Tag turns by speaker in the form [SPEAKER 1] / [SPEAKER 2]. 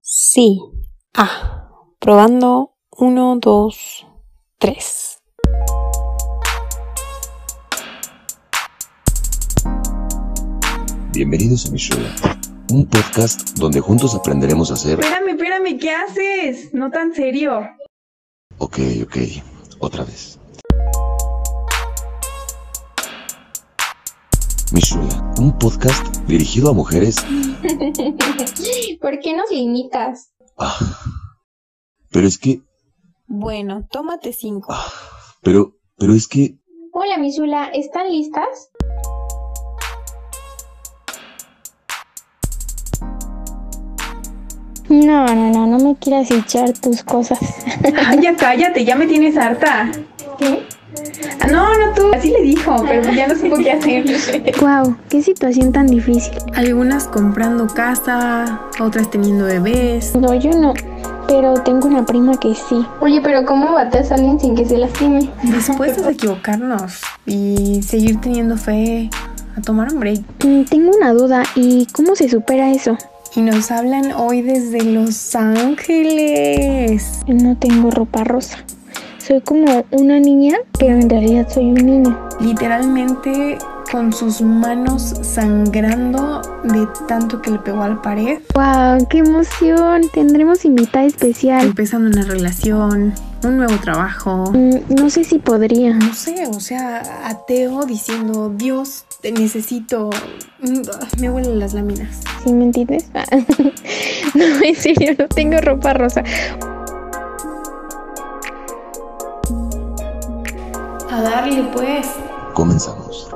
[SPEAKER 1] Sí. Ah, probando. Uno, dos, tres.
[SPEAKER 2] Bienvenidos a mi show, un podcast donde juntos aprenderemos a hacer...
[SPEAKER 3] Espérame, espérame, ¿qué haces? No tan serio.
[SPEAKER 2] Ok, ok, otra vez. Mishula, un podcast dirigido a mujeres.
[SPEAKER 4] ¿Por qué nos limitas?
[SPEAKER 2] Ah, pero es que,
[SPEAKER 1] Bueno, tómate cinco.
[SPEAKER 2] pero, pero es que,
[SPEAKER 4] Hola, Misula, ¿están listas?
[SPEAKER 5] No, no, no, no me quieras echar tus cosas.
[SPEAKER 3] Ay, ya cállate, ya me tienes harta.
[SPEAKER 4] ¿Qué?
[SPEAKER 3] Ah, No, no tú. Así le dijo, pero ya no supo qué hacer.
[SPEAKER 5] Wow, qué situación tan difícil.
[SPEAKER 6] Algunas comprando casa, otras teniendo bebés.
[SPEAKER 5] No, yo no, pero tengo una prima que sí.
[SPEAKER 4] Oye, pero ¿cómo bates a alguien sin que se lastime?
[SPEAKER 6] Dispuestas a equivocarnos y seguir teniendo fe, a tomar un break.
[SPEAKER 5] Mm, Tengo una duda, ¿y cómo se supera eso?
[SPEAKER 6] Y nos hablan hoy desde Los Ángeles.
[SPEAKER 5] No tengo ropa rosa. Soy como una niña, pero en realidad soy un niño.
[SPEAKER 6] Literalmente con sus manos sangrando de tanto que le pegó al pared.
[SPEAKER 5] Wow, qué emoción. Tendremos invitada especial.
[SPEAKER 6] Empezando una relación, un nuevo trabajo.
[SPEAKER 5] Mm, No sé si podría.
[SPEAKER 6] No sé, o sea, ateo diciendo, Dios, te necesito. Mm, Me huelen las láminas.
[SPEAKER 5] ¿Sí me entiendes? Ah, no, en serio, no tengo ropa rosa.
[SPEAKER 6] A darle pues.
[SPEAKER 2] comenzamos.